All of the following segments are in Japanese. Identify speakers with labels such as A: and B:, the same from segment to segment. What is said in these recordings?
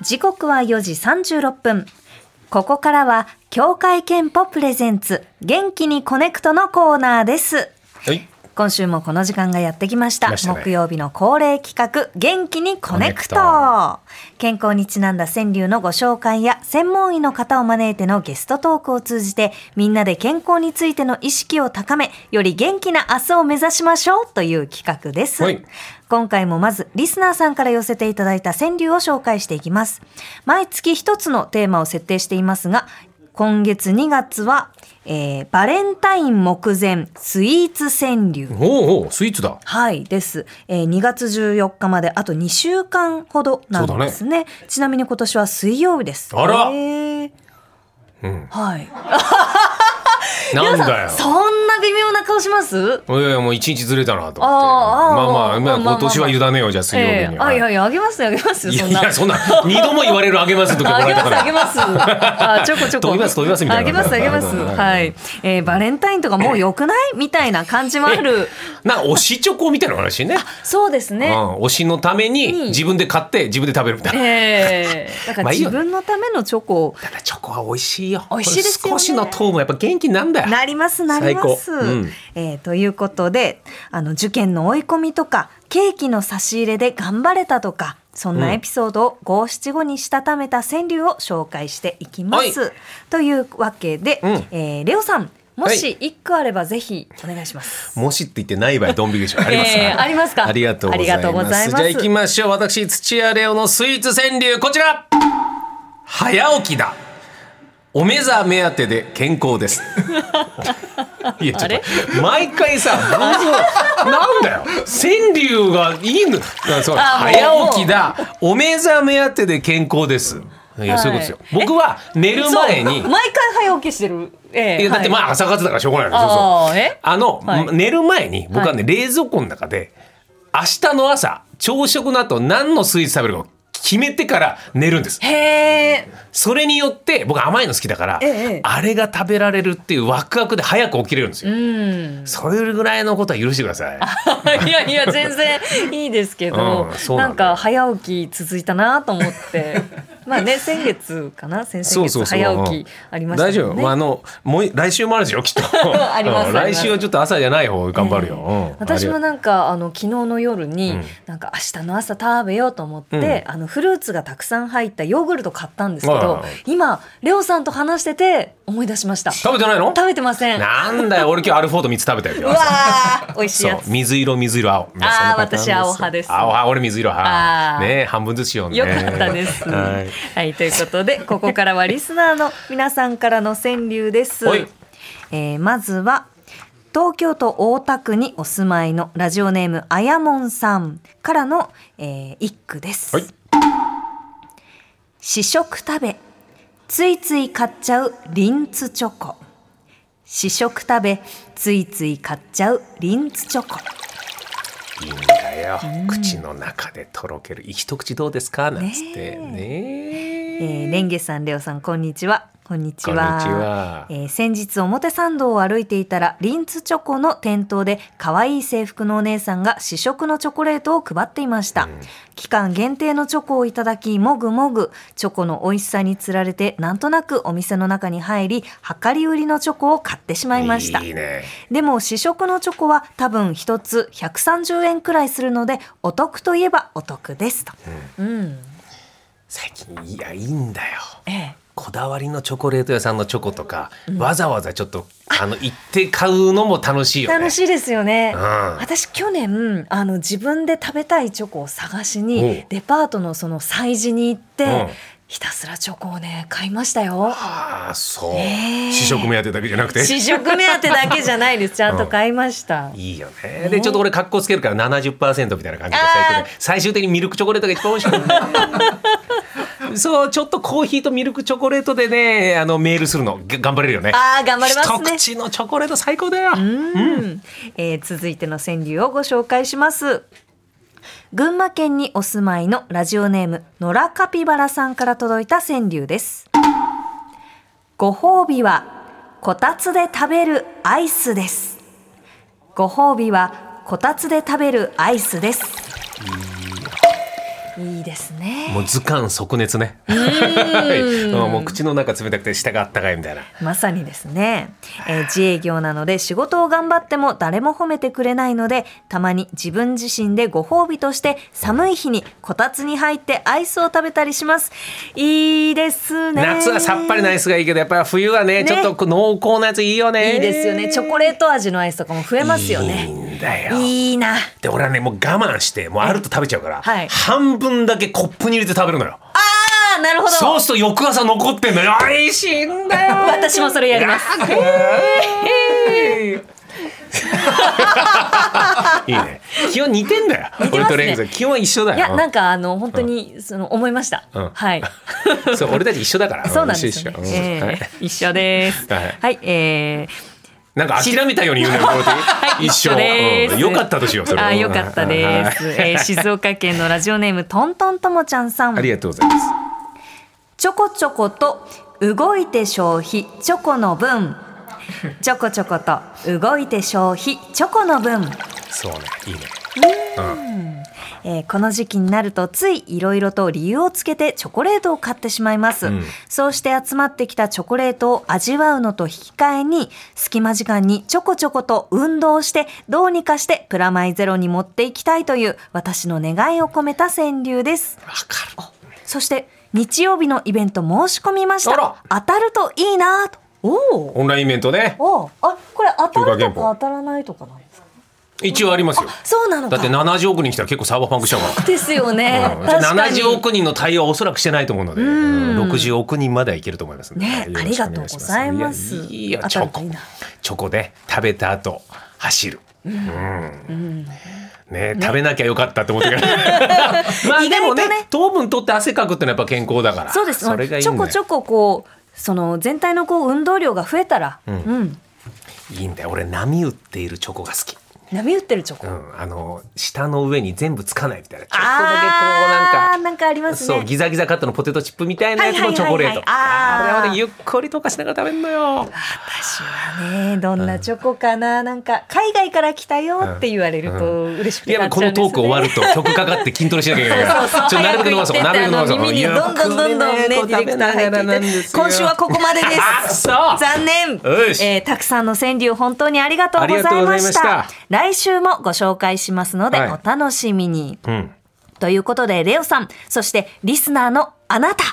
A: 時刻は4時36分。ここからは、協会憲法プレゼンツ、元気にコネクトのコーナーです。
B: はい。
A: 今週もこの時間がやってきました
B: 来ましたね
A: 木曜日の恒例企画元気にコネクト
B: コネ
A: 健康にちなんだ川柳のご紹介や専門医の方を招いてのゲストトークを通じてみんなで健康についての意識を高めより元気な明日を目指しましょうという企画です、
B: はい
A: 今回もまずリスナーさんから寄せていただいた川柳を紹介していきます毎月一つのテーマを設定していますが今月2月は、えーバレンタイン目前スイーツ川柳
B: おうおう、スイーツだ。
A: はいです、えー2月14日まであと2週間ほどなんですねちなみに今年は水曜日です
B: あら
A: へー
B: ん
A: はい
B: なんだよ。
A: そんな微妙な顔します
B: いやいやもう一日ずれたなと思って。
A: ああああ
B: まあまあ、
A: まあまあ
B: まあ、今年は委ねようじゃあ水曜日
A: え
B: に
A: え
B: は。
A: あいやいやあげますよあげますよ
B: い
A: そ
B: や
A: ん
B: い
A: な
B: やそんな二度も言われるあげますとか
A: あ
B: もら
A: げ
B: えた
A: ま
B: か
A: すあげ
B: ら。
A: ます。あちょこちょこ。
B: 飛びます飛びますみたいな
A: あげますあげます。はい。えーバレンタインとかもう良くないみたいな感じもある。
B: なんか推しチョコみたいな話ね。
A: そうです
B: うん、
A: ね。
B: 推しのため
A: うん
B: に自分で買って自分で食べるみたいな。
A: ええだから
B: まあいいよ
A: 自分のためのチョコを
B: ただチョコは美味しいよ。
A: 美味しいですよね
B: この少しの糖もやっぱ元気になんだよ。
A: なりますなります、
B: 最高うん
A: えーということであの受験の追い込みとかケーキの差し入れで頑張れたとかそんなエピソードを五七五にしたためた川柳を紹介していきます。
B: は
A: というわけで、
B: うん
A: えーレオさんも
B: は
A: し一句あればぜひお願いします。
B: もしって言ってない場合ドン引きでしょ。あります、
A: ええありますか
B: ありがとうございます。
A: ありがとうございます
B: じゃあ行きましょう。私土屋レオのスイーツ川柳こちら。早起きだ。お目覚め当てで健康です。 いやちょっと毎 回さ、僕なんだよ。川柳がいいの。あそう
A: あもう
B: 早起きだ。お目覚め当てで健康です。いや、
A: はい
B: そういうことですよ。僕は寝る前に
A: そう。毎回早起きしてる。ええ
B: いやだって
A: はい
B: まあ朝活だからしょうがないのそうそう。
A: あーえ
B: あの、
A: はい
B: 寝る前に僕はね、冷蔵庫の中で明日の朝朝食の後何のスイーツ食べるかを決めてから寝るんです
A: へえ
B: それによって僕甘いの好きだから、
A: ええ
B: あれが食べられるっていうワクワクで早く起きれるんですよ、
A: うん。
B: それぐらいのことは許してください
A: いやいや全然いいですけど、
B: うんそう
A: な
B: なんだよ
A: んか早起き続いたなと思って まあね先月かな先々
B: そうそう
A: 月
B: そう
A: 早起きありました
B: 大丈
A: よ
B: 夫、
A: ね。
B: まあ、あのもう来週もあるでしょきっと
A: あります
B: うん
A: ありま
B: 来
A: す
B: 週はちょっと朝じゃない方頑張るよ、うん
A: 私も
B: あり
A: なんかあの昨日の夜に、
B: うん
A: なんか明日の朝食べようと思って、あのフルーツがたくさん入ったヨーグルト買ったんですけ
B: はい
A: ど
B: はいはい
A: 今レオさんと話してて思い出しました食
B: 食べてないの
A: べてませんうわ
B: なんだよ俺今日アルフォート3つ食べたよ今日
A: ー美味しい
B: そ
A: や
B: う
A: つ
B: 水色水色青
A: あー
B: そのパターン
A: 私青派です
B: 青派俺水色
A: あー
B: 派ねえ半分ずつよね
A: よかったです。
B: は
A: はい
B: い、
A: ということで、ここからはリスナーの皆さんからの川柳です
B: はい。
A: えーまずは、東京都大田区にお住まいのラジオネームあやもんさんからの、えー一句です。
B: はい
A: 試食食べ、ついつい買っちゃうリンツチョコ。試食食べ、ついつい買っちゃうリンツチョコ。
B: いいんだよ口の中でとろける一口どうですかなんつってね
A: えー、レンゲさん、レオさん、こんにちは。こんにちは。
B: こんにちは
A: えー先日表参道を歩いていたら、リンツチョコの店頭で、可愛い制服のお姉さんが試食のチョコレートを配っていました。期間限定のチョコをいただき、もぐもぐ、チョコの美味しさにつられて、なんとなくお店の中に入り、量り売りのチョコを買ってしまいました。
B: いいね
A: でも試食のチョコは多分1つ130円くらいするのでお得といえばお得ですと。うん。
B: 最近いやいいんだよ
A: ええ。
B: こだわりのチョコレート屋さんのチョコとか、わざわざちょっとあの行って買うのも楽しいよね
A: 楽しいですよね、
B: うん
A: 私去年あの自分で食べたいチョコを探しに
B: おう
A: デパートのその催事に行って、
B: うん
A: ひたすらチョコをね買いましたよ
B: ああそう、
A: ええ
B: 試食目当てだけじゃなくて
A: 試食目当てだけじゃないですちゃんと買いました、
B: いいよね。で、ちょっと俺格好つけるから70%みたいな感じで最
A: あー
B: 高で最終的にミルクチョコレートが一番美味しいの。 そう、ちょっとコーヒーとミルクチョコレートでね、あの、メールするの、が頑張れるよね。
A: あー頑張れますね
B: 一口のチョコレート最高だよ。
A: うんえー続いての川柳をご紹介します群馬県にお住まいのラジオネーム野良カピバラさんから届いた川柳ですご褒美はこたつで食べるアイスですご褒美はこたつで食べるアイスですいいいですね
B: もう図鑑即熱ね。はいもう口の中冷たくて下があったかいみたいな。
A: まさにですね、えー自営業なので仕事を頑張っても誰も褒めてくれないのでたまに自分自身でご褒美として寒い日にこたつに入ってアイスを食べたりしますいいですね
B: 夏はさっぱりなアイスがいいけど、やっぱり冬はね、
A: ね
B: ちょっとこう濃厚なやついいよね。
A: いいですよねチョコレート味のアイスとかも増えますよ
B: いい
A: ね
B: んだよ。
A: いいな
B: で、俺はね、もう我慢して、もうあると食べちゃうから、
A: はい
B: 半分だけコップに入れて食べるのよ。
A: あーなるほど
B: そうすると翌朝残ってんのよ。美味しいんだよ。
A: 私もそれやります
B: あへー いいね。気温似てんだよ。
A: 似て
B: 俺
A: ますね
B: とレンズ気温は一緒だよ。
A: いやなんかあの本当にその思いました、
B: うん
A: はい
B: そう俺たち一緒だから。
A: そうなんですよ、
B: 一緒
A: ね
B: 一
A: え
B: 緒うんは
A: ー
B: い
A: 一緒です
B: はい
A: はい、えー
B: なんか諦めたように言うのよ こうやって
A: 一緒です。
B: うんよかったとしよう。それ
A: あ、よかったです。
B: はい
A: えー静岡県のラジオネームトントンともちゃんさん。
B: ありがとうございます。
A: ちょこちょこと動いて消費チョコの分。ちょこちょこと動いて消費チョコの分。
B: そうね、いいね。
A: えーこの時期になるとついいろいろと理由をつけてチョコレートを買ってしまいます、
B: うん
A: そうして集まってきたチョコレートを味わうのと引き換えに隙間時間にちょこちょこと運動してどうにかしてプラマイゼロに持っていきたいという私の願いを込めた川柳です
B: わかる。
A: そして日曜日のイベント申し込みまし
B: あら
A: た当たるといいなぁとお
B: オンラインイベントね、
A: おあこれ当た
B: るとか
A: ると
B: 中華
A: か
B: 憲
A: 当たらないとかなんですか
B: 一応ありますよ。
A: そうなの
B: だって
A: か
B: 70億人来たら結構サーバーパンクしちゃうから。
A: ですよね、
B: うん、
A: 確かに
B: 70億人の対応はおそらくしてないと思うので、
A: ん
B: 60億人まではいけると思いますので
A: ね
B: よろしくお願し
A: ありがとうございます
B: いやいいよ
A: 当
B: チ
A: たる
B: ョ
A: と
B: コ
A: いいな
B: チョコで食べた後走る。うんね食べなきゃよかったって思 ってからまあ
A: 意
B: で
A: 外
B: も
A: とね
B: ね糖分取って汗かくってのはやっぱ健康だから
A: そうです。
B: それがいい
A: ちょ
B: んだ
A: こ
B: よ
A: ちょここうその全体のこう運動量が増えたら、うん、
B: いいんだよ俺波打っているチョコが好き、
A: 波打ってるチョコ。
B: う
A: あ
B: ん、あの舌の上に全部つかないみたいなちょっとだけこうなん
A: あ
B: か
A: ーなんかあります
B: そう
A: ね。
B: ギザギザカットのポテトチップみたいなやつのチョコレー
A: はいはいは
B: ト。
A: いはいあー
B: あれはねゆっくりとかしながら食べんのよ。
A: 私はねどんなチョコかな、なんか海外から来たよって言われると嬉しく
B: い
A: て買
B: や
A: っ
B: こ
A: ちゃう
B: の
A: んです、ね。
B: トーク終わ ると曲かかって筋トレしなきゃいけないから。ちょっとなるべく伸ばそう。なるべく伸ばそう。
A: 耳にどんどんどんどんね、ディレクター入っていって今週はここまで で
B: あ
A: す。
B: そう
A: 残念。
B: よし
A: えーたくさんの川柳本当にありがとうござい
B: ありがとうござ
A: ま
B: いま
A: し
B: したた。
A: 来週もご紹介しますので、
B: はい
A: お楽しみに。
B: うん。
A: ということで、レオさん、そしてリスナーのあなた。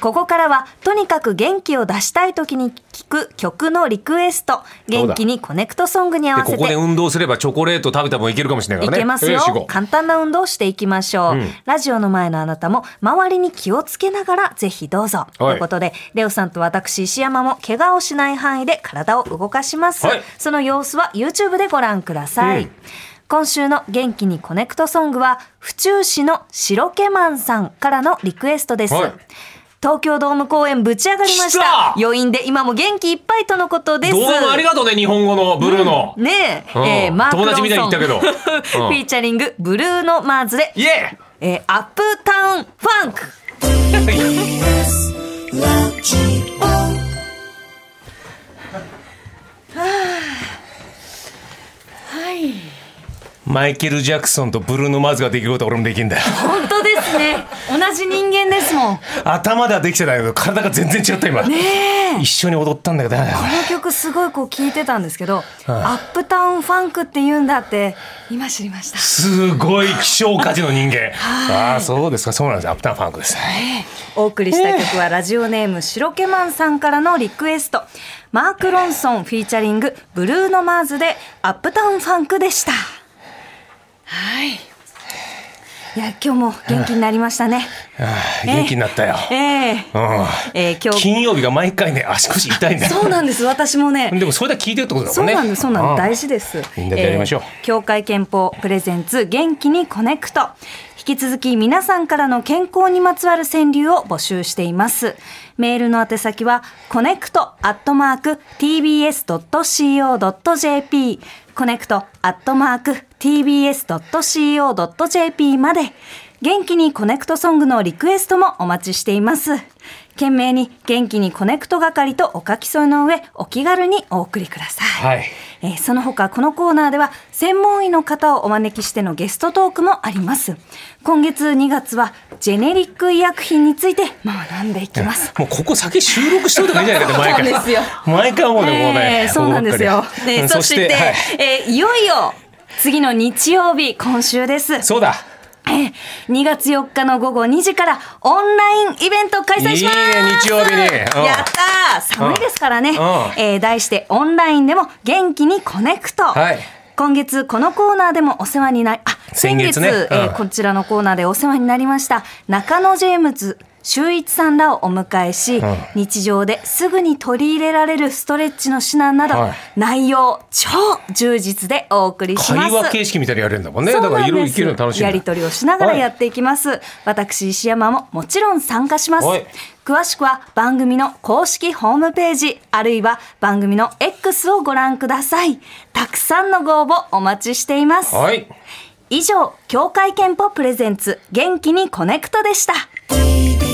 A: ここからは、とにかく元気を出したい時に聞く曲のリクエスト。元気にコネクトソングに合
B: で
A: わせ
B: こ
A: て。
B: こで運動すればチョコレート食べたもいけるかもしれない
A: い
B: からね。
A: けますよ
B: しこ。
A: 簡単な運動をしていきましょう、
B: うん
A: ラジオの前のあなたも周りに気をつけながらぜひどうぞ、ということでレオさんと私石山も怪我をしない範囲で体を動かします、
B: はい
A: その様子は YouTube でご覧ください、
B: うん
A: 今週の元気にコネクトソングは府中市の白毛マンさんからのリクエストです、
B: はい
A: 東京ドーム公演ぶち上がりまし
B: 来
A: た
B: た
A: 余韻で今も元気いっぱいとのことです
B: どうもありがとうね日本語のブルーの。
A: ねえ、
B: うん
A: えーマークロンソン
B: 友達みたいに言ったけどうん
A: フィーチャリングブルーノ・マーズで、
B: イエ
A: えーアップタウンファンク
B: ー。
A: はい
B: マイケル・ジャクソンとブルーノ・マーズができることは俺もできるんだよ。
A: 本当ですね同じ人間ですもんこ
B: 頭ではできてたけど体が全然違った今、一緒に踊ったんだけどなんだよこれ
A: の曲すごいこう聞いてたんですけど、アップタウンファンクって言うんだって今知りました
B: すごい希少価値の人間ああそうですかそうなんですアップタウンファンクです
A: お送りした曲はラジオネーム白毛マンさんからのリクエストマーク・ロンソンフィーチャリングブルーノ・マーズでアップタウンファンクでしたはいいや今日も元気になりましたね
B: ああ元気になったよ、
A: ええ
B: うん
A: えー今日
B: 金曜日が毎回ね足腰痛いんだよ
A: そうなんです私も ね
B: でもそれだけ聞いてるってことだも
A: そうん
B: ね
A: なんです、そうなんです、大事
B: で
A: です。
B: みんなでやりましょう
A: えー協会憲法プレゼンツ元気にコネクト。引き続き皆さんからの健康にまつわる川柳を募集しています。メールの宛先は、コネクトアットマーク tbs.co.jp コネクトアットマーク tbs.co.jp まで元気にコネクトソングのリクエストもお待ちしています。懸命に元気にコネクト係とお書き添えの上、お気軽にお送りください。
B: はい
A: ええーその他このコーナーでは専門医の方をお招きしてのゲストトークもあります今月2月はジェネリック医薬品について学んでいきます
B: もうここ先収録しといた方がいいんじゃな いかって毎回。
C: そうですよ
B: 毎回もうね、もう
A: え
B: ね。
A: ーそうなんですよ
B: ここばっか。りう
A: で、
B: ん
A: そして、
B: はい
A: えーいよいよ、次の日曜日、今週です。
B: そうだ。
A: えー2月4日の午後2時から、オンラインイベントを開催します。
B: いいね日曜日にうん
A: やったー寒いですからね。
B: うん
A: えー題して、オンラインでも元気にコネクト。
B: はい
A: 今月、このコーナーでもお世話になり、あ、
B: 先月ね
A: 先えー
B: うん
A: こちらのコーナーでお世話になりました、中野ジェームズ周一さんらをお迎えし、
B: ん
A: 日常ですぐに取り入れられるストレッチの指南など、
B: はい
A: 内容超充実でお送りします。
B: 会話形式みたいにやれるんだもんね。
A: そ
B: だ
A: うなん
B: からいろいろ
A: で
B: い
A: す
B: けるの楽しみだ。
A: やり取りをしながらやっていきます、私石山ももちろん参加します
B: はい
A: 詳しくは番組の公式ホームページあるいは番組の X をご覧くださいたくさんのご応募お待ちしています、
B: はい。
A: 以上協会憲法プレゼンツ元気にコネクトでした
D: DBS